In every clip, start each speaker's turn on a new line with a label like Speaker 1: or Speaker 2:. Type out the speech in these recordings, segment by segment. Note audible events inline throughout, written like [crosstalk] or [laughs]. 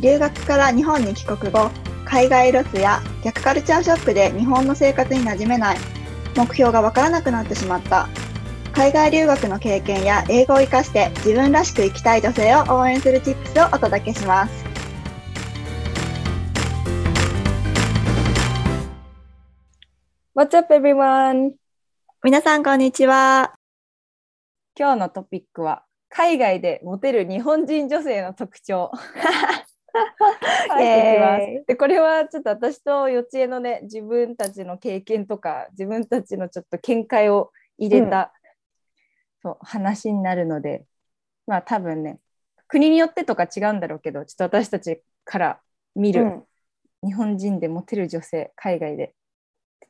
Speaker 1: 留学から日本に帰国後海外ロスや逆カルチャーショックで日本の生活に馴染めない目標がわからなくなってしまった海外留学の経験や英語を活かして自分らしく生きたい女性を応援するチップスをお届けします
Speaker 2: What's up everyone?
Speaker 1: 皆さんこんにちは
Speaker 2: 今日のトピックは海外でモテる日本人女性の特徴
Speaker 1: エーイ
Speaker 2: 書いてきますでこれはちょっと私とよちえのね自分たちの経験とか自分たちのちょっと見解を入れた、そう話になるのでまあ多分ね国によってとか違うんだろうけどちょっと私たちから見る、日本人でモテる女性海外で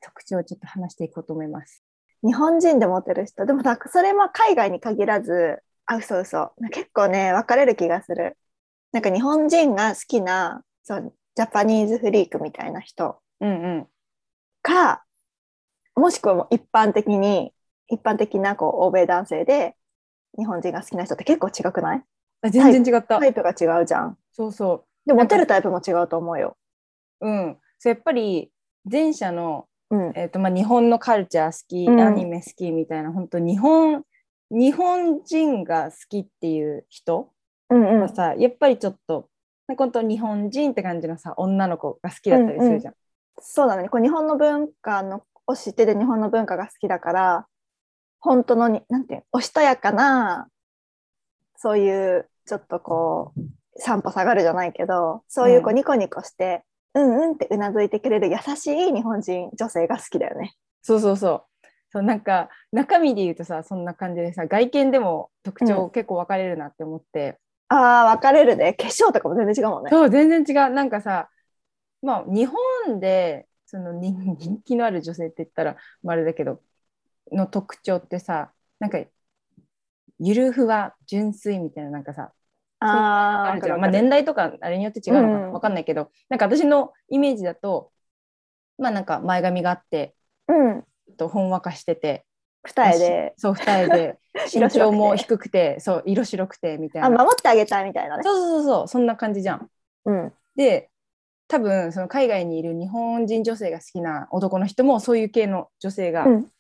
Speaker 2: 特徴をちょっと話していこうと思います。
Speaker 1: 日本人でモテる人でもなんかそれも海外に限らずあ嘘嘘結構ね分かれる気がするなんか日本人が好きなそうジャパニーズフリークみたいな人
Speaker 2: うんうん
Speaker 1: かもしくはもう一般的に一般的なこう欧米男性で日本人が好きな人って結構違くない
Speaker 2: あ全然違った、
Speaker 1: タイプが違うじゃん
Speaker 2: そうそう
Speaker 1: でモテるタイプも違うと思うよ
Speaker 2: うん、そうやっぱり前者の、
Speaker 1: うん
Speaker 2: えーとまあ、日本のカルチャー好き、
Speaker 1: うん
Speaker 2: アニメ好きみたいな本当日本日本人が好きっていう人
Speaker 1: うんう
Speaker 2: は
Speaker 1: ん
Speaker 2: さ、やっぱりちょっとなんか本当日本人って感じのさ女の子が好きだったりするじゃん。
Speaker 1: そうだねこう日本の文化のを知ってて日本の文化が好きだから本当のになんていうのおしとやかなそういうちょっとこう散歩下がるじゃないけどそういうこう
Speaker 2: うん
Speaker 1: ニコニコして、うん、うんってうなずいてくれる優しい日本人女性が好きだよね。
Speaker 2: そうそうそうそうなんか中身で言うとさそんな感じでさ外見でも特
Speaker 1: う
Speaker 2: 徴結構分かれるなって思って、
Speaker 1: あー分かれるね化粧とかも全然違うもんね。
Speaker 2: そう全然違うなんかさまあ日本でその人人気のある女性って言ったら、まあ、あれだけどの特徴ってさなんかゆるふわ純粋みたいななんかさ
Speaker 1: あー
Speaker 2: あるじゃん、
Speaker 1: わかるわか
Speaker 2: まあ、
Speaker 1: る
Speaker 2: 年代とかあれによって違うのか
Speaker 1: うん
Speaker 2: 分かんないけど、なんか私のイメージだとまあなんか前髪があって
Speaker 1: うん
Speaker 2: ちょっとほんわかしてて
Speaker 1: 二重で
Speaker 2: そう二重で
Speaker 1: [laughs] 色白
Speaker 2: 身
Speaker 1: くて
Speaker 2: 長も低くてそう色白くてみたい
Speaker 1: あ
Speaker 2: な
Speaker 1: 守ってあげたいみたいなね。
Speaker 2: そうそうそうそうそんな感じじゃん。
Speaker 1: うん
Speaker 2: で多分その海外にいる日本人女性が好きな男の人もそういう系の女性が
Speaker 1: う
Speaker 2: 好
Speaker 1: ん、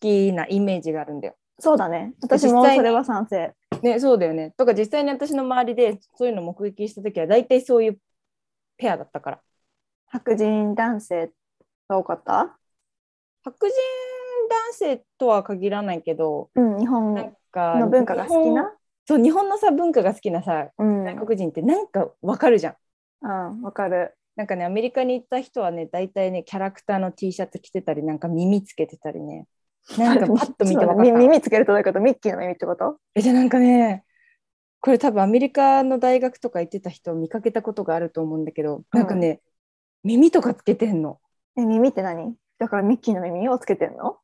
Speaker 2: きなイメージがあるんだよ。
Speaker 1: そうだね私も
Speaker 2: 実際に
Speaker 1: それは賛成。
Speaker 2: ねそうだよね。とか実際に私の周りでそういうの目撃した時は大体そういうペアだったから。
Speaker 1: 白人男性が多かった、
Speaker 2: 白人男性とは限らないけど
Speaker 1: うん、日本
Speaker 2: なんか
Speaker 1: の文化が好き
Speaker 2: 日本
Speaker 1: な
Speaker 2: そう日本のさ文化が好きなさ
Speaker 1: うん、
Speaker 2: 外国人ってなんかわかるじゃん。
Speaker 1: うん、わかる
Speaker 2: なんかねアメリカに行った人はね大体ねキャラクターの T シャツ着てたりなんか耳つけてたりねな
Speaker 1: [laughs]
Speaker 2: んかパッと見てわかっ
Speaker 1: み
Speaker 2: た。
Speaker 1: 耳つけるとどういうことミッキーの耳ってこと
Speaker 2: えじゃあなんかねこれ多分アメリカの大学とか行ってた人を見かけたことがあると思うんだけど、なんかね耳とかつけてんの。
Speaker 1: え耳って何だからミッキーの耳をつけてんの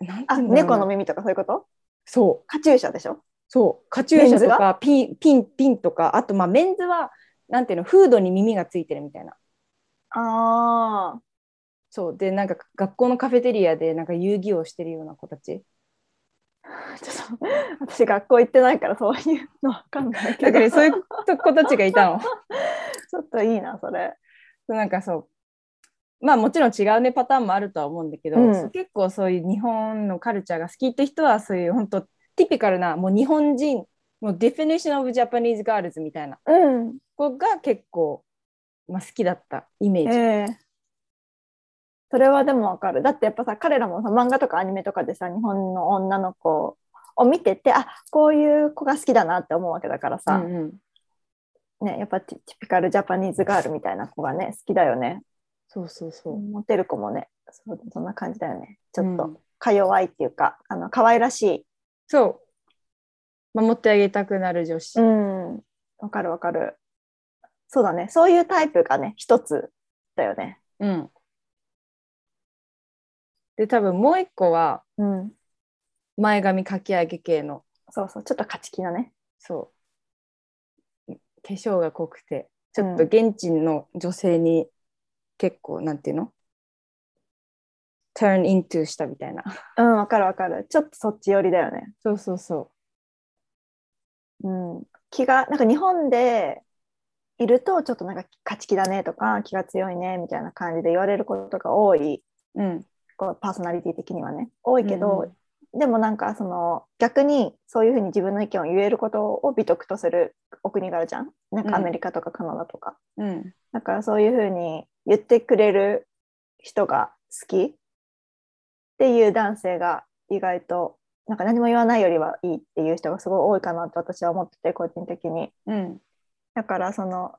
Speaker 2: なんて
Speaker 1: あ
Speaker 2: いうんだろうな
Speaker 1: 猫の耳とかそういうこと
Speaker 2: そう
Speaker 1: カチューシャでしょ
Speaker 2: そうカチューシャと
Speaker 1: メンズ
Speaker 2: かピンピンピンとかあとまあメンズはなんていうのフードに耳がついてるみたいな。
Speaker 1: ああ
Speaker 2: そうでなんか学校のカフェテリアでなんか遊戯をしてるような子たち
Speaker 1: [laughs] ちょっと [laughs] 私学校行ってないからそういうのわかんないけ
Speaker 2: だ
Speaker 1: ど
Speaker 2: からそういう子たちがいたの
Speaker 1: [laughs] ちょっといいなそれ
Speaker 2: そうなんかそうまあもちろん違うねパターンもあるとは思うんだけど、
Speaker 1: うん
Speaker 2: そう結構そういう日本のカルチャーが好きって人はそういう本当ティピカルなもう日本人もうデフィニッション・オブ・ジャパニーズ・ガールズみたいな
Speaker 1: うん
Speaker 2: 子が結構、まあ、好きだったイメージ、
Speaker 1: ええそれはでもわかるだってやっぱさ彼らもさ漫画とかアニメとかでさ日本の女の子を見ててあこういう子が好きだなって思うわけだからさ、
Speaker 2: うんうん
Speaker 1: ね、やっぱティティピカルジャパニーズガールみたいな子がね好きだよね
Speaker 2: そうそうそう
Speaker 1: モテる子もねそうそんな感じだよねちょっ
Speaker 2: う
Speaker 1: と
Speaker 2: ん
Speaker 1: か弱いっていうか、あの可愛らしい、
Speaker 2: そう守ってあげたくなる女子、
Speaker 1: ん、わかるわかる。そうだね。そういうタイプがね、一つだよね。
Speaker 2: うん。で、多分もう一個は
Speaker 1: うん。
Speaker 2: 前髪かき上げ系の、
Speaker 1: そうそう。ちょっと勝ち気なね。
Speaker 2: そう。化粧が濃くて、ちょっと現地の女性に結構、なんていうの ?turn into したみたいな。
Speaker 1: うん、わかるわかる。ちょっとそっち寄りだよね。
Speaker 2: そうそうそ
Speaker 1: うん。気が、なんか日本でいると、ちょっとなんか勝ち気だねとか、気が強いねみたいな感じで言われることが多い。
Speaker 2: う。うん。
Speaker 1: こうパーソナリティ的にはね。多いけ
Speaker 2: うんう
Speaker 1: ど、でもなんかその逆にそういうふうに自分の意見を言えることを美徳とするお国柄じゃん。なんかアメリカとかカナダとか。
Speaker 2: うん。
Speaker 1: だからそういうふうに言ってくれる人が好きっていう男性が意外となんか何も言わないよりはいいっていう人がすごい多いかなって私は思ってて個人的に
Speaker 2: うん。
Speaker 1: だからその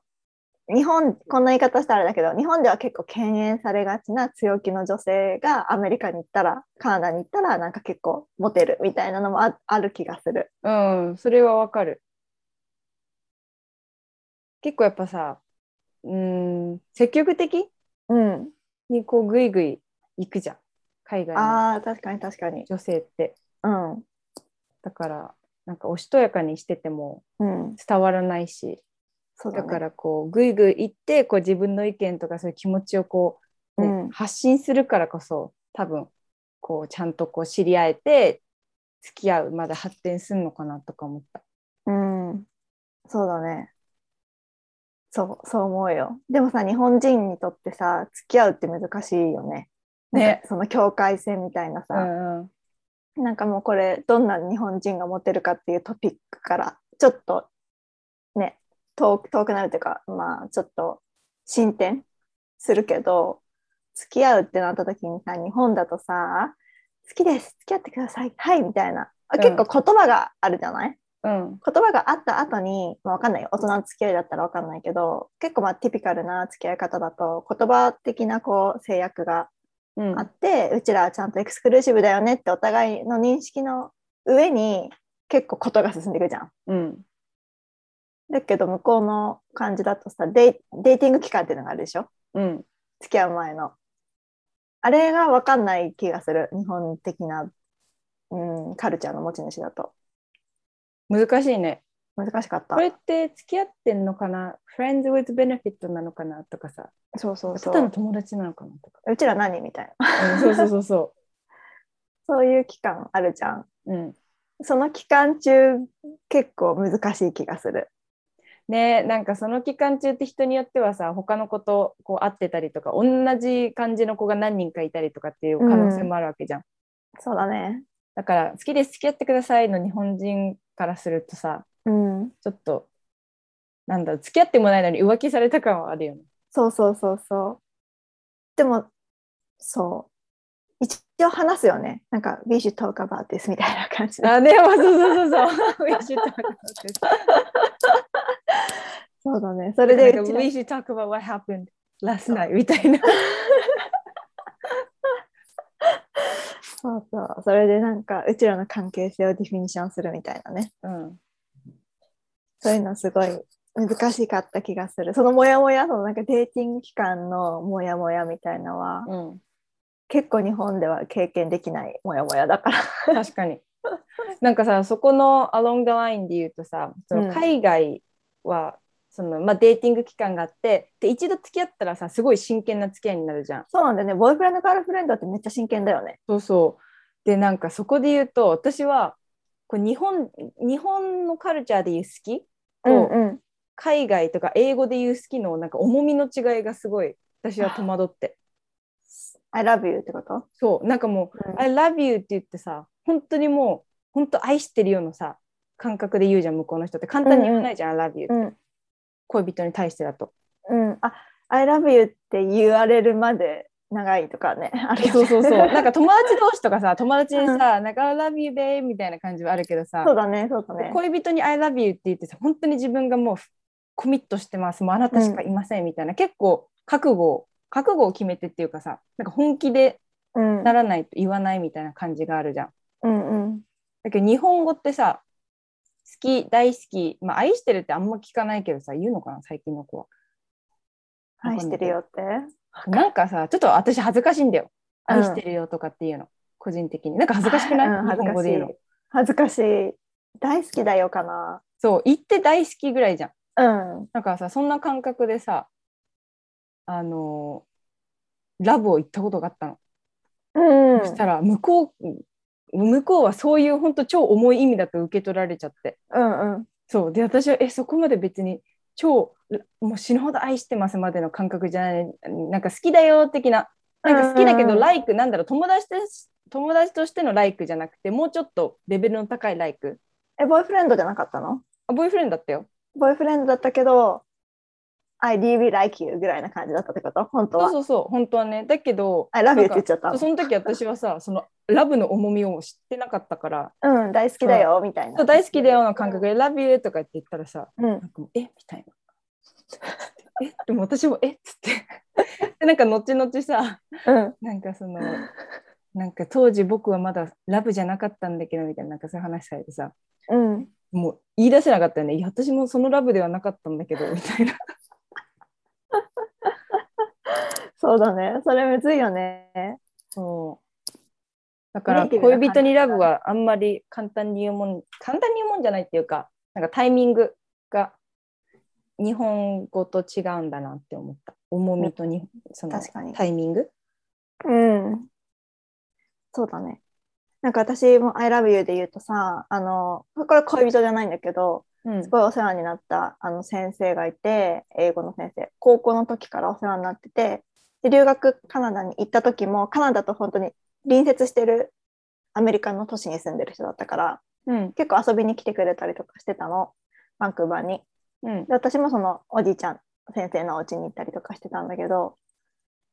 Speaker 1: 日本こんな言い方したらあれだけど日本では結構敬遠されがちな強気の女性がアメリカに行ったらカナダに行ったらなんか結構モテるみたいなのもあある気がする
Speaker 2: うん、それはわかる。結構やっぱさ、うーん、積極的
Speaker 1: うん
Speaker 2: にこうグイグイ行くじゃん。海外の
Speaker 1: あー確かに確かに
Speaker 2: 女性って。
Speaker 1: うん
Speaker 2: だから、なんかおしとやかにしてても
Speaker 1: うん
Speaker 2: 伝わらないし、
Speaker 1: そうだ,、
Speaker 2: だ
Speaker 1: ね、
Speaker 2: からこうグイグイ行って、こう自分の意見とかそういう気持ちをこう、ね
Speaker 1: うん
Speaker 2: 発信するからこそ、多分、こうちゃんとこう知り合えて、付き合う、まだ発展するのかなとか思った。
Speaker 1: うん、そうだね。そう、そう思うよ。でもさ、日本人にとってさ、付き合うって難しいよね。
Speaker 2: ね
Speaker 1: なんかその境界線みたいな
Speaker 2: う
Speaker 1: さ、
Speaker 2: んうん
Speaker 1: なんかもうこれ、どんな日本人がモテるかっていうトピックから、ちょっと、ね、遠く、遠くなるというか、まあ、ちょっと、進展するけど、付き合うってなった時にさ、日本だとさ、好きです、付き合ってください、はい、みたいな。あ結構言葉があるじゃない
Speaker 2: うん
Speaker 1: 言葉があった後に、まあ、わかんない大人の付き合いだったらわかんないけど結構まあティピカルな付き合い方だと言葉的なこう制約が
Speaker 2: うん
Speaker 1: あって、うちらはちゃんとエクスクルーシブだよねってお互いの認識の上に結構ことが進んでいくじゃん。
Speaker 2: うん
Speaker 1: だけど向こうの感じだとさデイデーティング期間っていうのがあるでしょ
Speaker 2: うん
Speaker 1: 付き合う前の。あれがわかんない気がする日本的な、うん、カルチャーの持ち主だと。
Speaker 2: 難しいね。
Speaker 1: 難しかった
Speaker 2: こ。れって付き合ってんのかな ?Friends with benefit なのかなとかさ、
Speaker 1: そうそうそ
Speaker 2: ただの
Speaker 1: う。
Speaker 2: 友達なのかなとか。
Speaker 1: うちら何みたいな。 [laughs]
Speaker 2: うん [laughs] そうそうそうそ
Speaker 1: そういう期間あるじゃん。
Speaker 2: う。うん、
Speaker 1: その期間中結構難しい気がする。
Speaker 2: ねなんかその期間中って人によってはさ、他の子とこう会ってたりとか、同じ感じの子が何人かいたりとかっていう可能性もあるわけじゃん。
Speaker 1: そうだね。
Speaker 2: だから、好きです、付き合ってくださいの日本人からするとさ、
Speaker 1: うん。
Speaker 2: ちょっと、なんだろう、付き合ってもないのに浮気された感はあるよね。
Speaker 1: そうそうそうそう。でも、そう。一応話すよね。なんか、We should talk about this みたいな感じで。
Speaker 2: あ、ね、そうそうそう [laughs] そう。We should talk about this.
Speaker 1: そうだね。そ
Speaker 2: そ
Speaker 1: れ
Speaker 2: れ
Speaker 1: で
Speaker 2: で、
Speaker 1: うちら
Speaker 2: We should talk about what happened last night みたいな。
Speaker 1: そうそう。それでなんか、うちらの関係性をディフィニションするみたいなね。
Speaker 2: うん、
Speaker 1: そういうのすごい難しかった気がする。そのモヤモヤ、そのなんかデーティング期間のモヤモヤみたいのは、
Speaker 2: うん、
Speaker 1: 結構日本では経験できないモヤモヤだから。 [laughs]
Speaker 2: 確かに。なんかさ、そこのアロングラインで言うとさ、そ
Speaker 1: うん
Speaker 2: の海外は、そのまあ、デーティング期間があってで一度付き合ったらさすごい真剣な付き合いになるじゃん。
Speaker 1: そうなんだよね。ボーイフレンド、ガールフレンドってめっちゃ真剣だよね。
Speaker 2: そうそうでなんかそこで言うと私はこう日本日本のカルチャーで言う好きと、
Speaker 1: うん。
Speaker 2: 海外とか英語で言う好きのなんか重みの違いがすごい私は戸惑って。
Speaker 1: I love you ってこと
Speaker 2: そうなんかもう「I love you」って言ってさ本当にもう本当愛してるようなさ感覚で言うじゃん向こうの人って簡単に言わないじゃん「I love you って」
Speaker 1: うん。
Speaker 2: 恋人に対してだと。
Speaker 1: うん。あ、I love you って言われるまで長いとかね。あるよね
Speaker 2: [laughs] そう [laughs] そうそうなんか友達同士とかさ友達にさ「なんか I love you babe」みたいな感じはあるけど
Speaker 1: [laughs]
Speaker 2: さ
Speaker 1: そうだね、そうだね。
Speaker 2: 恋人に「I love you」って言ってさ本当に自分がもうコミットしてますもうあなたしかいませんみたいな、結構覚悟を覚悟を決めてっていうかさなんか本気で
Speaker 1: うん。
Speaker 2: ならないと言わないみたいな感じがあるじゃん。
Speaker 1: うんうん。
Speaker 2: だけど日本語ってさき、大好き、まあ、愛してるってあんま聞かないけどさ、言うのかな、最近の子は。
Speaker 1: 愛してるよって。
Speaker 2: なんかさ、ちょっと私恥ずかしいんだよ。愛してるよとかっていうの、個人的に。なんか恥ずかしくない、
Speaker 1: うん、
Speaker 2: 日
Speaker 1: 恥ず
Speaker 2: 本
Speaker 1: か
Speaker 2: 語
Speaker 1: し
Speaker 2: で
Speaker 1: い
Speaker 2: 言うの。。
Speaker 1: 恥ずかしい。大好きだよかな。
Speaker 2: そう、言って大好きぐらいじゃん。
Speaker 1: うん。
Speaker 2: だからさ、そんな感覚でさ、あのーラブを行ったことがあったの。
Speaker 1: うん。
Speaker 2: そしたら、向こう、向こうはそういう本当超重い意味だと受け取られちゃって。
Speaker 1: うんうん。
Speaker 2: そうで私はえそこまで別に超もう死ぬほど愛してますまでの感覚じゃないなんか好きだよ的ななんか好きだけ
Speaker 1: うんう
Speaker 2: ど
Speaker 1: ん
Speaker 2: ライクなんだろう友達です友達としてのライクじゃなくてもうちょっとレベルの高いライク
Speaker 1: え、ボーイフレンドじゃなかったの
Speaker 2: あボーイフレンドだったよ
Speaker 1: ボーイフレンドだったけど、I really like you ぐらいな感じだったってこと本当
Speaker 2: そ
Speaker 1: は。
Speaker 2: うそうそう本当はねだけど
Speaker 1: I love you って
Speaker 2: なんか
Speaker 1: 言っちゃった
Speaker 2: そうその時私は
Speaker 1: [laughs]
Speaker 2: さそのラブの重みを知ってなかったから
Speaker 1: うん、大好きだよみたいな。
Speaker 2: そう大好きだよの感覚で「ラビュー」とかって言ったらさ
Speaker 1: うん。
Speaker 2: なんかもうえみたいな。えでも私もえっつって [laughs] でなんか後々さ
Speaker 1: うん。
Speaker 2: なんかそのなんか当時僕はまだラブじゃなかったんだけどみたいななんかそういう話されてさ
Speaker 1: うん。
Speaker 2: もう言い出せなかったよねいや私もそのラブではなかったんだけどみたいな
Speaker 1: そうだね。それむずいよね。
Speaker 2: そうだから
Speaker 1: ネイティブな感じ
Speaker 2: 恋人にラブはあんまり簡単に言うもん簡単に言うもんじゃないっていうかなんかタイミングが日本語と違うんだなって思った重みとにその
Speaker 1: 確かに。
Speaker 2: タイミング
Speaker 1: うん。そうだね。なんか私も I love you で言うとさ、あの、これ恋人じゃないんだけど、
Speaker 2: うん
Speaker 1: すごいお世話になったあの先生がいて、英語の先生、高校の時からお世話になってて、で留学カナダに行った時も、カナダと本当に隣接してるアメリカの都市に住んでる人だったから、
Speaker 2: うん
Speaker 1: 結構遊びに来てくれたりとかしてたの、バンクーバーに。
Speaker 2: うん
Speaker 1: で私もそのおじいちゃん先生のお家に行ったりとかしてたんだけど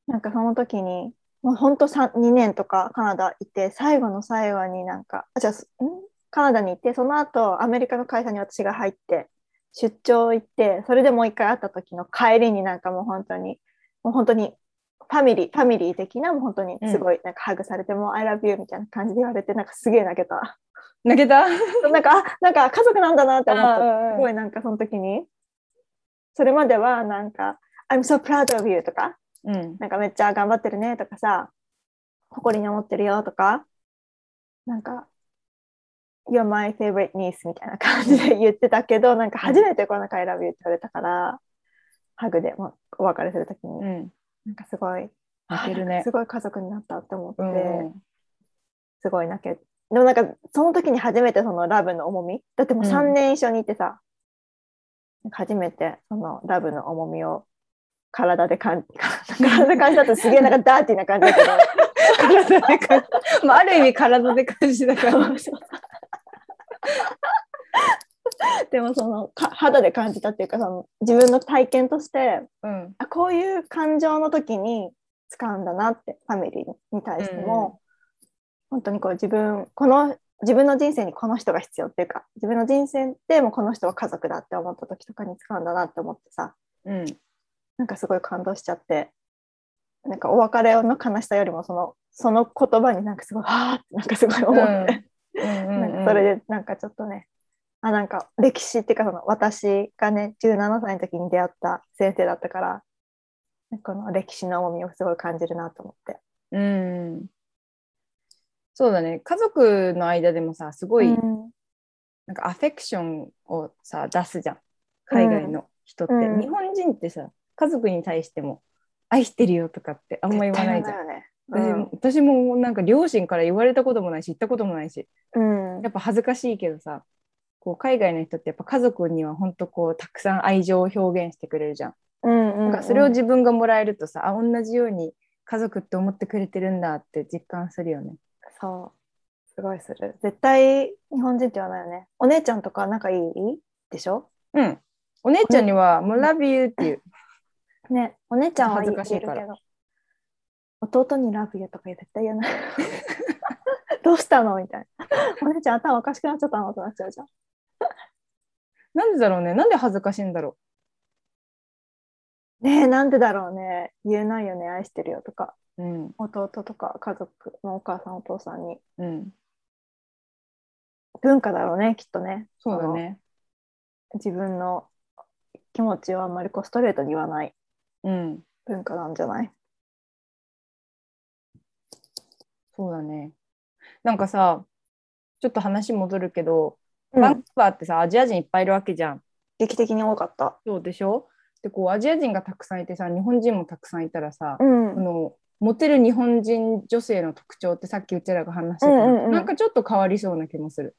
Speaker 1: なんかその時にもうほんとさ2年とかカナダ行って最後の最後になんかあじゃあすんカナダに行ってその後アメリカの会社に私が入って出張行ってそれでもう一回会った時の帰りになんかもう本当にもう本当にファミリーファミリー的なもう本当にすごいなんかハグされて、もう I love you みたいな感じで言われてなんかすげえ泣けた
Speaker 2: [laughs]
Speaker 1: [laughs]
Speaker 2: 投げた
Speaker 1: なんかあなんか家族なんだなって思ったすご
Speaker 2: い
Speaker 1: いなんかその時にそれまではなんか「I'm so proud of you」とか
Speaker 2: うん
Speaker 1: なんかめっちゃ頑張ってるねとかさ誇りに思ってるよとかなんか「You're my favorite niece」みたいな感じで言ってたけどなんか初めてこの中 I love you って言われたからハグでもお別れする時に、
Speaker 2: うん
Speaker 1: なんかすごい
Speaker 2: 泣ける
Speaker 1: あなんか
Speaker 2: ね
Speaker 1: すごい家族になったって思って、
Speaker 2: うん
Speaker 1: すごい泣けでもなんかその時に初めてそのラブの重みだってもう
Speaker 2: うん
Speaker 1: 3年一緒にいてさ、なんか初めてそのラブの重みを体で感じ [laughs] 体で感じだとすげえなんかダーティーな感じだけど
Speaker 2: 体で感じ、 [laughs] まあ、ある意味体で感じだから
Speaker 1: でもそのか肌で感じたっていうかその自分の体験として
Speaker 2: うん
Speaker 1: あこういう感情の時に使うんだなってファミリーに対しても、本当にこう自分この自分の人生にこの人が必要っていうか自分の人生でもこの人は家族だって思った時とかに使うんだなって思ってさ
Speaker 2: うん
Speaker 1: なんかすごい感動しちゃってなんかお別れの悲しさよりもそのその言葉になんかすごいはあってなんかすごい思って、
Speaker 2: うん
Speaker 1: なんかそれでなんかちょっとねあなんか歴史っていうかその私がね17歳の時に出会った先生だったからこの歴史の重みをすごい感じるなと思って。
Speaker 2: うんそうだね家族の間でもさすごい、
Speaker 1: うん
Speaker 2: なんかアフェクションをさ出すじゃん海外の人って、
Speaker 1: うん
Speaker 2: 日本人ってさ家族に対しても「愛してるよ」とかってあんま言わないじ
Speaker 1: 絶対
Speaker 2: ゃん、
Speaker 1: 言わないよね
Speaker 2: 私も私もなんか両親から言われたこともないし言ったこともないし
Speaker 1: うんうん
Speaker 2: やっぱ恥ずかしいけどさこう海外の人ってやっぱ家族には本当こうたくさん愛情を表現してくれるじゃん。
Speaker 1: うんうん
Speaker 2: なんかそれを自分がもらえるとさ、あ同じように家族って思ってくれてるんだって実感するよね。
Speaker 1: そうすごいする絶対日本人って言わないよねお姉ちゃんとか仲いいでしょ
Speaker 2: うん。お姉ちゃんには「もう Love you」っていう。
Speaker 1: ねお姉ちゃんは
Speaker 2: 恥ずかしいから
Speaker 1: 言えるけど弟にラブユーとか絶対言えない [laughs] どうしたのみたいなお姉ちゃん頭おかしくなっちゃったのとなっちゃうじゃん
Speaker 2: なんでだろうねなんで恥ずかしいんだろ
Speaker 1: ねえなんでだろうね言えないよね愛してるよとか
Speaker 2: う。うん。
Speaker 1: 弟とか家族のお母さんお父さんに
Speaker 2: うん。
Speaker 1: 文化だろうねきっとね
Speaker 2: そうだね。
Speaker 1: 自分の気持ちをあんまりこうストレートに言わない
Speaker 2: うん。
Speaker 1: 文化なんじゃない
Speaker 2: そうだね。なんかさ、ちょっと話戻るけど、
Speaker 1: う
Speaker 2: バン
Speaker 1: ん
Speaker 2: クーバーってさ、アジア人いっぱいいるわけじゃん。
Speaker 1: 劇的に多かった
Speaker 2: そうでしょで、こう、アジア人がたくさんいてさ、日本人もたくさんいたらさ、
Speaker 1: うん
Speaker 2: この、モテる日本人女性の特徴ってさっきうちらが話してた、
Speaker 1: うんうんうん
Speaker 2: なんかちょっと変わりそうな気もする。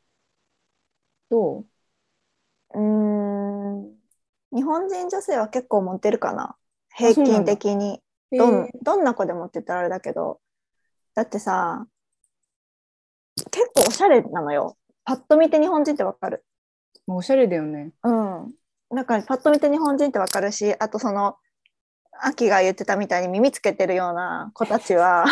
Speaker 2: どう
Speaker 1: うーん日本人女性は結構モテるかな平均的にどんどんな子でもって言ったらあれだけどだってさ結構おしゃれなのよパッと見て日本人ってわかる
Speaker 2: もうおしゃれだよね。
Speaker 1: うんなんかパッと見て日本人ってわかるしあとそのアキが言ってたみたいに耳つけてるような子たち [laughs] は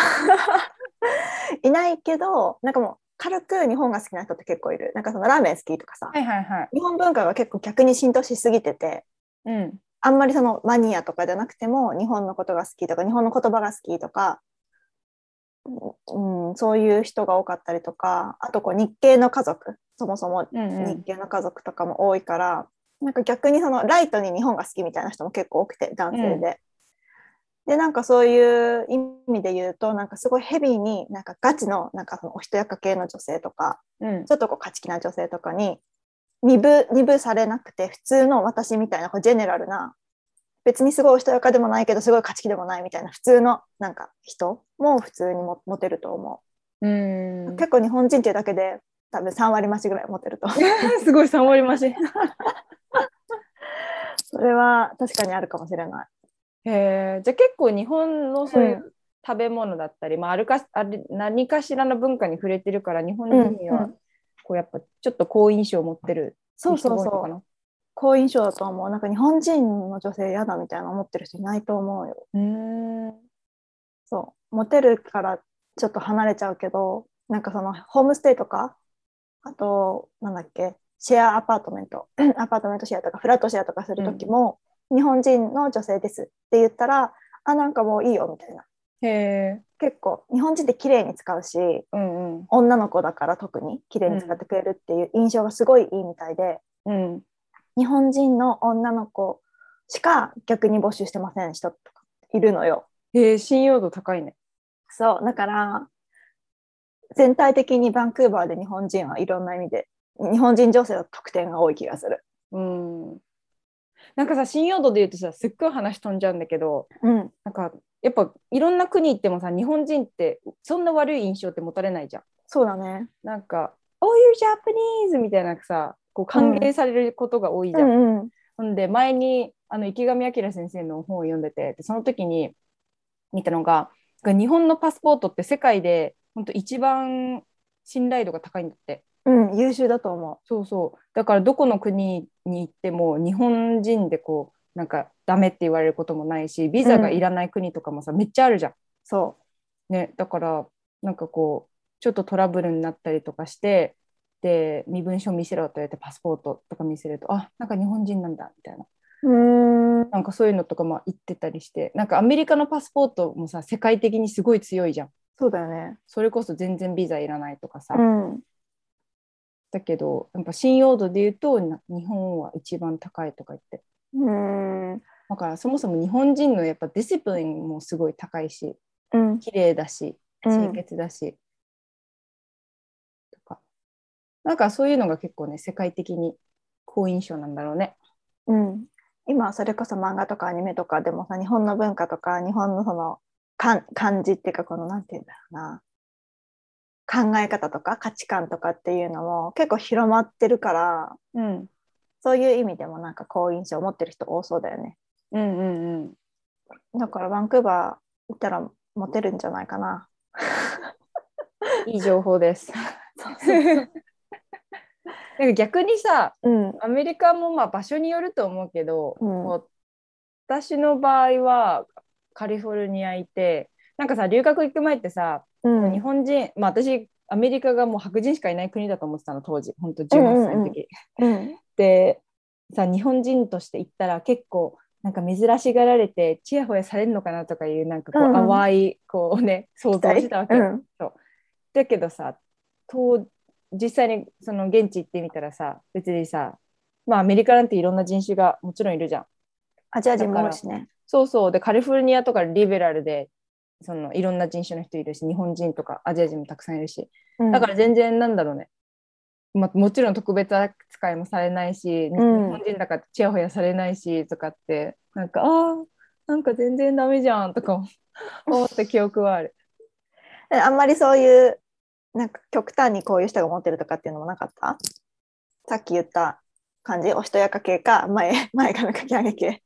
Speaker 1: いないけどなんかもう軽く日本が好きな人って結構いるなんかそのラーメン好きとかさ
Speaker 2: はいはいはい。
Speaker 1: 日本文化が結構逆に浸透しすぎてて、
Speaker 2: うん。
Speaker 1: あんまりそのマニアとかじゃなくても日本のことが好きとか日本の言葉が好きとか、うん、そういう人が多かったりとかあとこう日系の家族そもそも
Speaker 2: うんう
Speaker 1: 日
Speaker 2: ん。
Speaker 1: 系の家族とかも多いから、なんか逆にそのライトに日本が好きみたいな人も結構多くて男性で。でなんかそういう意味で言うとなんかすごいヘビーになんかガチのなんかそのおしとやか系の女性とか
Speaker 2: うん
Speaker 1: ちょっとこう勝ち気な女性とかに二分二分されなくて普通の私みたいなこうジェネラルな別にすごいおしとやかでもないけどすごい勝ち気でもないみたいな普通のなんか人も普通にもモテると思
Speaker 2: うん
Speaker 1: う、結構日本人っていうだけで多分3割増しぐらいモテると
Speaker 2: [laughs] すごい3割増し。
Speaker 1: [laughs] それは確かにあるかもしれない
Speaker 2: へえじゃあ結構日本のそういうう食べ物だったり、まあ、あるかあれ何かしらの文化に触れてるから日本
Speaker 1: うん
Speaker 2: 人には
Speaker 1: うん
Speaker 2: こうやっぱちょっと好印象を持ってる
Speaker 1: そうそう
Speaker 2: 人が多いのか
Speaker 1: そう
Speaker 2: な
Speaker 1: 好印象だと思うなんか日本人の女性嫌だみたいな思ってる人いないと思うよ
Speaker 2: うーん
Speaker 1: そうモテるからちょっと離れちゃうけどなんかそのホームステイとかあとなんだっけシェアアパートメント [clears throat] アパートメントシェアとかフラットシェアとかする時も、日本人の女性ですって言ったらあなんかもういいよみたいな
Speaker 2: へえ
Speaker 1: 結構日本人って綺麗に使うし
Speaker 2: うんうん
Speaker 1: 女の子だから特に綺麗に使ってくれるっていう印象がすごいいいみたいで、
Speaker 2: うん
Speaker 1: 日本人の女の子しか逆に募集してません人とかいるのよ。
Speaker 2: へえ信用度高いね
Speaker 1: そう、だから、全体的にバンクーバーで日本人はいろんな意味で、日本人女性の特典が多い気がする。
Speaker 2: うんなんかさ信用度で言うとさすっごい話飛んじゃうんだけど
Speaker 1: うん、
Speaker 2: なんかやっぱいろんな国行ってもさ日本人ってそんな悪い印象って持たれないじゃん
Speaker 1: そうだね。
Speaker 2: なんか「Oh you're Japanese」みたいなさこう歓迎されることが多いじゃん
Speaker 1: んうん。
Speaker 2: ほんで前にあの池上彰先生の本を読んでてでその時に見たのが日本のパスポートって世界で本当一番信頼度が高いんだって
Speaker 1: うん、優秀だと思
Speaker 2: そうそうだからどこの国に行っても日本人でこうなんかダメって言われることもないしビザがいらない国とかもさ、めっちゃあるじゃん。
Speaker 1: う。そ
Speaker 2: ね、だからなんかこうちょっとトラブルになったりとかしてで身分証見せろと言ってパスポートとか見せるとあなんか日本人なんだみたいな
Speaker 1: う。うん。
Speaker 2: なんかそういうのとかまあ言ってたりしてなんかアメリカのパスポートもさ世界的にすごい強いじゃん
Speaker 1: そうだよね。
Speaker 2: それこそ全然ビザいらないとかさ、
Speaker 1: うん。
Speaker 2: だけどやっぱ信用度で言うとな日本は一番高いとか言って
Speaker 1: うん。
Speaker 2: だからそもそも日本人のやっぱディシプリンもすごい高いし
Speaker 1: うん。
Speaker 2: 綺麗だし清潔だし、とかなんかそういうのが結構ね世界的に好印象なんだろうね
Speaker 1: うん、今それこそ漫画とかアニメとかでもさ日本の文化とか日本のその感感じっていうかこのなんて言うんだろうな考え方とか価値観とかっていうのも結構広まってるから
Speaker 2: うん
Speaker 1: そういう意味でもなんか好印象を持ってる人多そうだよね
Speaker 2: うんうんうん
Speaker 1: だからバンクーバー行ったらモテるんじゃないかない
Speaker 2: い情報 [laughs] です。なんか逆にさ
Speaker 1: うん
Speaker 2: アメリカもまあ場所によると思うけど、
Speaker 1: うん
Speaker 2: こう私の場合はカリフォルニアいてなんかさ留学行く前ってさ、
Speaker 1: うん
Speaker 2: 日本人まあ私アメリカがもう白人しかいない国だと思ってたの当時本当18歳の時、
Speaker 1: うんうんうんうん
Speaker 2: でさ日本人として行ったら結構なんか珍しがられてちやほやされるのかなとかいうなんかこう、
Speaker 1: うんうん
Speaker 2: 淡いこうね想像してたわけ、
Speaker 1: うん
Speaker 2: だけどさと実際にその現地行ってみたらさ別にさまあアメリカなんていろんな人種がもちろんいるじゃん。
Speaker 1: アジア人も多いしね。
Speaker 2: そうそうでカリフォルニアとかリベラルでそのいろんな人種の人いるし日本人とかアジア人もたくさんいるしだから全然なんだろうね、まあ、もちろん特別扱いもされないし、日本人だからちやほやされないしとかってなんかあーなんか全然ダメじゃんとか
Speaker 1: [laughs]
Speaker 2: 思思った記憶はある。
Speaker 1: うん、あんまりそういう、なんか極端にこういう人が持ってるとかっていうのもなかったさっき言った感じ、おしとやか系か、前、 [laughs] 前からかき上げ系。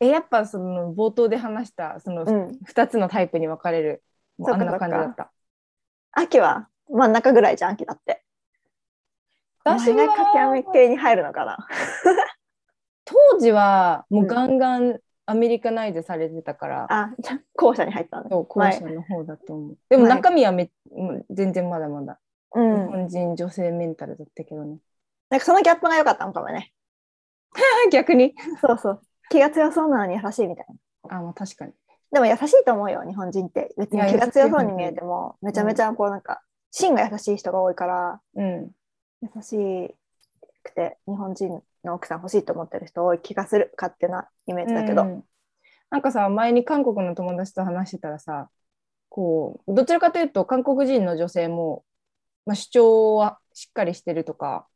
Speaker 2: えやっぱその冒頭で話したその
Speaker 1: うん。
Speaker 2: 2つのタイプに分かれる、もう
Speaker 1: そ
Speaker 2: あ
Speaker 1: っ
Speaker 2: ん
Speaker 1: か
Speaker 2: な感じだった。
Speaker 1: 秋は真ん中ぐらいじゃん、秋だって。
Speaker 2: 私
Speaker 1: 前がかき上
Speaker 2: は
Speaker 1: げ系に入るのかな。
Speaker 2: 当時はもううんガンガンアメリカナイズされてたから、
Speaker 1: あ、じゃあ後者に入ったんだ。
Speaker 2: そう後者の方だと思う。でも中身はめうん全然まだまだ、
Speaker 1: うん。
Speaker 2: 日本人女性メンタルだったけどね。
Speaker 1: なんかそのギャップが良かったのかもね。
Speaker 2: [laughs] 逆に
Speaker 1: そうそう。気が強そうなのに優しいみたいな。
Speaker 2: あ、まあ、確かに。
Speaker 1: でも優しいと思うよ、日本人って。別に気が強そうに見えても、
Speaker 2: 優
Speaker 1: め
Speaker 2: しい
Speaker 1: ちゃめちゃこうなんか、芯が優しい人が多いから、
Speaker 2: うん。
Speaker 1: 優しくて日本人の奥さん欲しいと思ってる人多い気がする勝手なイメージだけど、
Speaker 2: うんなんかさ、前に韓国の友達と話してたらさ、こう、どちらかというと、韓国人の女性も、まあ、主張はしっかりしてるとか、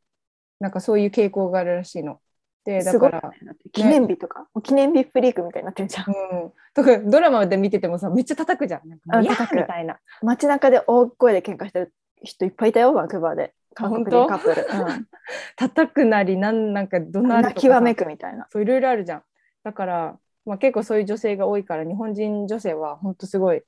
Speaker 2: なんかそういう傾向があるらしいの。で、だ
Speaker 1: すご
Speaker 2: か
Speaker 1: いよ
Speaker 2: ら、
Speaker 1: ね記念日とか、もう記念日フリークみたいになってるじゃん
Speaker 2: [laughs] うん。とか、ドラマで見ててもさ、めっちゃ叩くじゃん。なんか、
Speaker 1: うん
Speaker 2: いやー
Speaker 1: 叩く
Speaker 2: みたいな。
Speaker 1: 街中で大声で喧嘩してる人いっぱいいたよバンクーバーで韓国人カップル、
Speaker 2: 叩くなり、なんなんか、怒
Speaker 1: うん、
Speaker 2: 鳴る
Speaker 1: 泣
Speaker 2: と
Speaker 1: き
Speaker 2: か
Speaker 1: わ
Speaker 2: さ
Speaker 1: めくみたいな
Speaker 2: そういろいろあるじゃん。だから、まあ、結構そういう女性が多いから日本人女性は本当すごい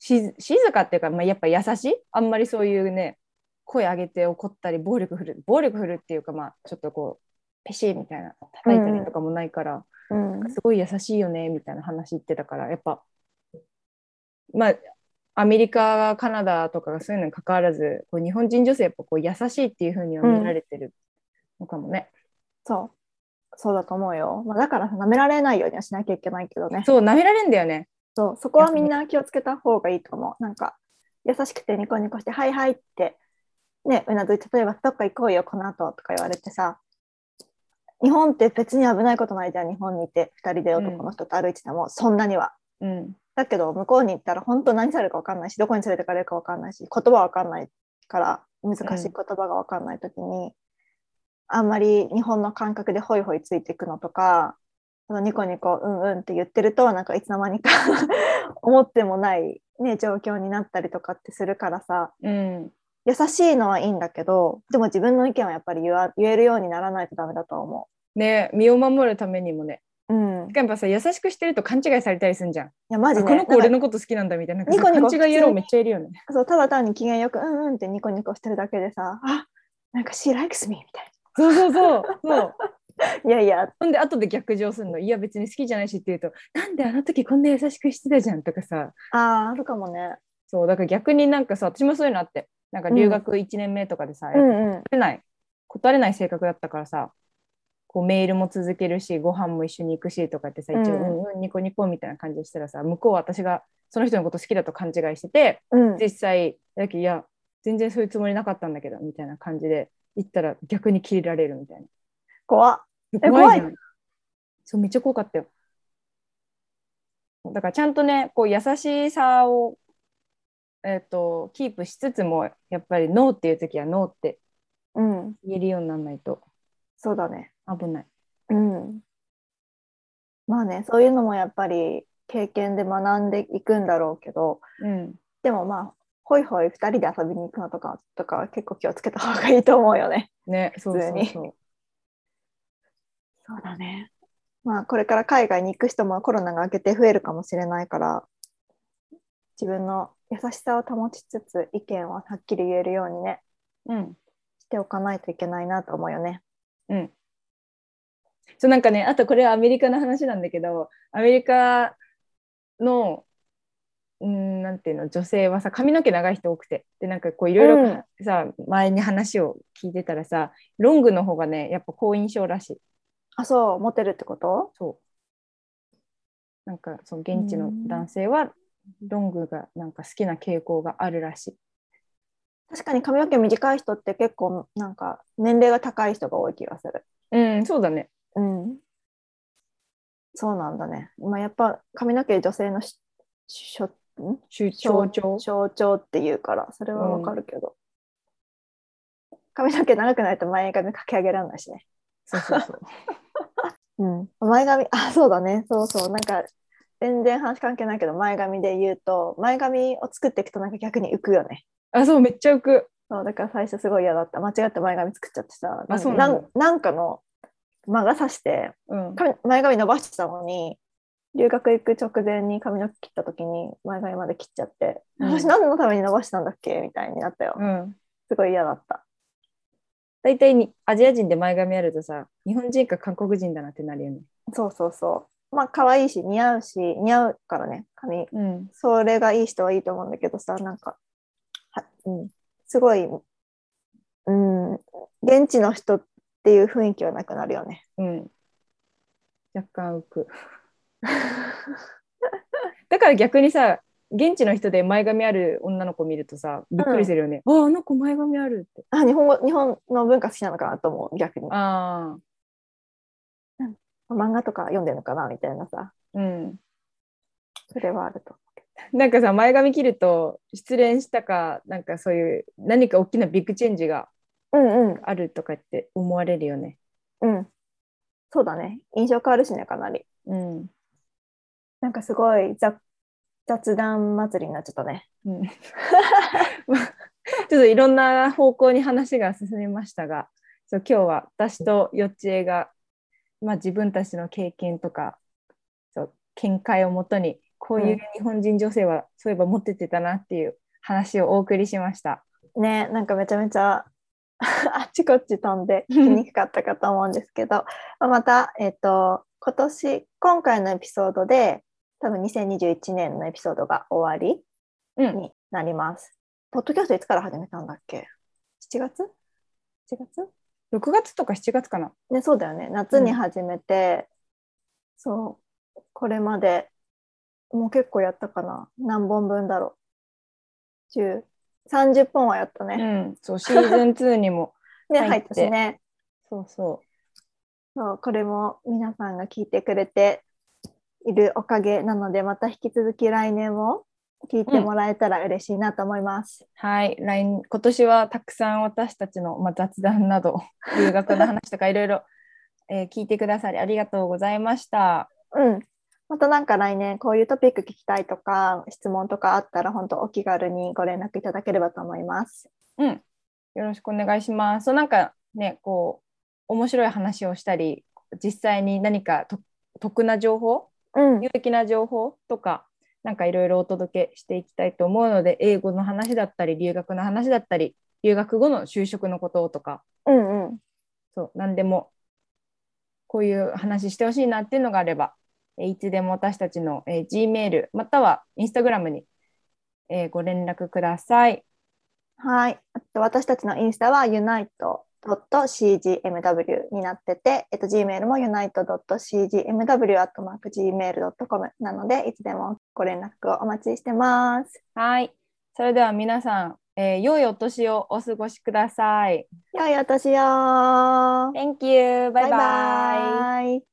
Speaker 2: し静かっていうか、まあ、やっぱ優しいあんまりそういうね声上げて怒ったり暴力振る暴力振るっていうかまあちょっとこうペシーみたいな叩いたりとかもないから、
Speaker 1: うん
Speaker 2: すごい優しいよねみたいな話言ってたからやっぱまあアメリカカナダとかがそういうのに関わらずこう日本人女性やっぱこう優しいっていう風には見られてるのかもね。
Speaker 1: そうそうだと思うよ、まあ、だからさ舐められないようにはしなきゃいけないけどね
Speaker 2: そう舐められんだよね。
Speaker 1: そうそこはみんな気をつけた方がいいと思うなんか優しくてニコニコして「はいはい」ってねうなずいて例えば「どっか行こうよこの後とか言われてさ日本って別に危ないことないじゃん日本にいて2人で男の人と歩いてても、そんなには。
Speaker 2: うん
Speaker 1: だけど向こうに行ったら本当何されるか分かんないしどこに連れてかれるか分かんないし言葉分かんないから難しい言葉が分かんない時に、あんまり日本の感覚でホイホイついていくのとかそのニコニコうんうんって言ってるとなんかいつの間にか [laughs] 思ってもない、ね、状況になったりとかってするからさ
Speaker 2: うん
Speaker 1: 優しいのはいいんだけどでも自分の意見はやっぱり言わ言えるようにならないとダメだとは思
Speaker 2: ね身を守るためにもね
Speaker 1: う。うん、い
Speaker 2: やっぱさ優しくしてると勘違いされたりするじゃん、
Speaker 1: やマジで
Speaker 2: この子
Speaker 1: なんか
Speaker 2: 俺のこと好きなんだみたいななんか
Speaker 1: ニコニコ
Speaker 2: 勘違い野郎めっちゃいるよね
Speaker 1: そうただ単に機嫌よくうんうんってニコニコしてるだけでさあなんか She likes me みたい
Speaker 2: そうそうそうそう
Speaker 1: ないやいや
Speaker 2: ほんで後で逆上するのいや別に好きじゃないしって言うとなんであの時こんな優しくしてたじゃんとかさ
Speaker 1: あーあるかもね
Speaker 2: そうだから逆になんかさ私もそういうのあってなんか留学1年目とかでさ、やっぱ
Speaker 1: んうん
Speaker 2: 断れない断れない性格だったからさこうメールも続けるしご飯も一緒に行くしとかってさ一応、
Speaker 1: う
Speaker 2: うんんうん、ニコニコみたいな感じでしたらさ向こうは私がその人のこと好きだと勘違いしてて
Speaker 1: うん
Speaker 2: 実際だけいや全然そういうつもりなかったんだけどみたいな感じで行ったら逆に切れられるみたい
Speaker 1: 怖っえ
Speaker 2: な怖いじゃんそうめっちゃ怖かったよだからちゃんとねこう優しさをえっ、とキープしつつもやっぱりノーっていう時はノーって
Speaker 1: うん
Speaker 2: 言えるようにならないと
Speaker 1: そうだね
Speaker 2: 危ない
Speaker 1: うんまあねそういうのもやっぱり経験で学んでいくんだろうけど
Speaker 2: うん
Speaker 1: でもまあホイホイ2人で遊びに行くのとかとかは結構気をつけた方がいいと思うよね
Speaker 2: ねそうそ
Speaker 1: 普通
Speaker 2: う
Speaker 1: に
Speaker 2: そう
Speaker 1: そうだねまあこれから海外に行く人もコロナが明けて増えるかもしれないから自分の優しさを保ちつつ意見をはっきり言えるようにね
Speaker 2: うん
Speaker 1: しておかないといけないなと思うよね。
Speaker 2: そうなんかねあとこれはアメリカの話なんだけどアメリカのうんなんていうの女性はさ髪の毛長い人多くてでなんかこういろいろ
Speaker 1: うん
Speaker 2: さ、前に話を聞いてたらさロングの方がねやっぱ好印象らしい
Speaker 1: あそうモテるってこと
Speaker 2: そうなんかその現地の男性はロングがなんか好きな傾向があるらしい
Speaker 1: 確かに髪の毛短い人って結構なんか年齢が高い人が多い気がする。
Speaker 2: うん、そうだね。
Speaker 1: うん。そうなんだね。まあ、やっぱ髪の毛女性のししょん
Speaker 2: 象徴。
Speaker 1: 象徴っていうからそれはわかるけど、髪の毛長くないと前髪かき上げられないしね、
Speaker 2: そうそうそう。
Speaker 1: うん、前髪あそうだねそうそうなんか全然話関係ないけど前髪で言うと前髪を作っていくとなんか逆に浮くよね
Speaker 2: あ、そう、めっちゃ浮く。
Speaker 1: そうだから最初すごい嫌だった間違って前髪作っちゃってさ
Speaker 2: あそう
Speaker 1: な
Speaker 2: なんだ
Speaker 1: んなんかの魔が差して
Speaker 2: うん。
Speaker 1: 髪前髪伸ばしてたのに留学行く直前に髪の毛切った時に前髪まで切っちゃって、
Speaker 2: うん
Speaker 1: 私何のために伸ばしたんだっけみたいになったよ、
Speaker 2: うん。
Speaker 1: すごい嫌だった
Speaker 2: 大体にアジア人で前髪あるとさ、日本人か韓国人だなってなるよね。
Speaker 1: そうそうそうまあ可愛いし似合うし似合うからね髪
Speaker 2: うん。
Speaker 1: それがいい人はいいと思うんだけどさなんかは、うん、すごい、うん、現地の人っていう雰囲気はなくなるよね
Speaker 2: うん。若干浮く。 [laughs] だから逆にさ、現地の人で前髪ある女の子見るとさ、びっくりするよね。ああ、あの子前髪あるって。
Speaker 1: あ日本語日本の文化好きなのかなと思う逆に
Speaker 2: ああ。
Speaker 1: 漫画とか読んでるのかなみたいなさ
Speaker 2: うん。
Speaker 1: それはあると
Speaker 2: なんかさ前髪切ると失恋したかなんかそういう何か大きなビッグチェンジが
Speaker 1: うんうん
Speaker 2: あるとかって思われるよね。
Speaker 1: うん。そうだね。印象変わるしね、かなり。
Speaker 2: うん。うん
Speaker 1: なんかすごい雑雑談祭りになっちゃったね。、
Speaker 2: [laughs] まあちょっといろんな方向に話が進みましたが、そう今日は私とよっちえが、まあ、自分たちの経験とかそう見解をもとにこういう日本人女性はそういえば持っててたなっていう話をお送りしました。
Speaker 1: ね、なんかめちゃめちゃ [laughs] あっちこっち飛んで聞きにくかったかと思うんですけど、まあまた、えっ、と、今年、今回のエピソードで、多分2021年のエピソードが終わ
Speaker 2: う
Speaker 1: り
Speaker 2: ん、
Speaker 1: になります。ポッドキャストいつから始めたんだっけ ?7 月 ?7 月
Speaker 2: 6月とか7月かな。
Speaker 1: ね、そうだよね夏に始めて、そうこれまでもう結構やったかな何本分だろう10 30本はやった
Speaker 2: う
Speaker 1: ね、
Speaker 2: ん、そうシーズン2にも。
Speaker 1: ね入
Speaker 2: 入っ
Speaker 1: ってたしね
Speaker 2: [laughs] そうそう。
Speaker 1: そうこれも皆さんが聞いてくれているおかげなのでまた引き続き来年も聞いてもらえたら嬉しいなと思います、
Speaker 2: はい、来年今年はたくさん私たちの、まあ、雑談など留学の話とかいろいろ、えー聞いてくださりありがとうございました。
Speaker 1: うん。またなんか来年こういうトピック聞きたいとか質問とかあったら本当お気軽にご連絡いただければと思います。
Speaker 2: よろしくお願いします。そうなんかねこう面白い話をしたり実際に何かと得な情報
Speaker 1: うん
Speaker 2: 有益な情報とかなんかいろいろお届けしていきたいと思うので英語の話だったり留学の話だったり留学後の就職のこととか
Speaker 1: うんうん。
Speaker 2: そう何でもこういう話してほしいなっていうのがあれば、えーいつでも私たちの、えー G メールまたは Instagram に、えーご連絡ください。
Speaker 1: はい。あと私たちのインスタは unite.cgmw になってて、えっと、Gmail も unite.cgmw.gmail.com なので、いつでもご連絡をお待ちしてます。
Speaker 2: はい。それでは皆さん、えー良いお年をお過ごしください。
Speaker 1: 良いお年を
Speaker 2: Thank you. バイバイ。
Speaker 1: イ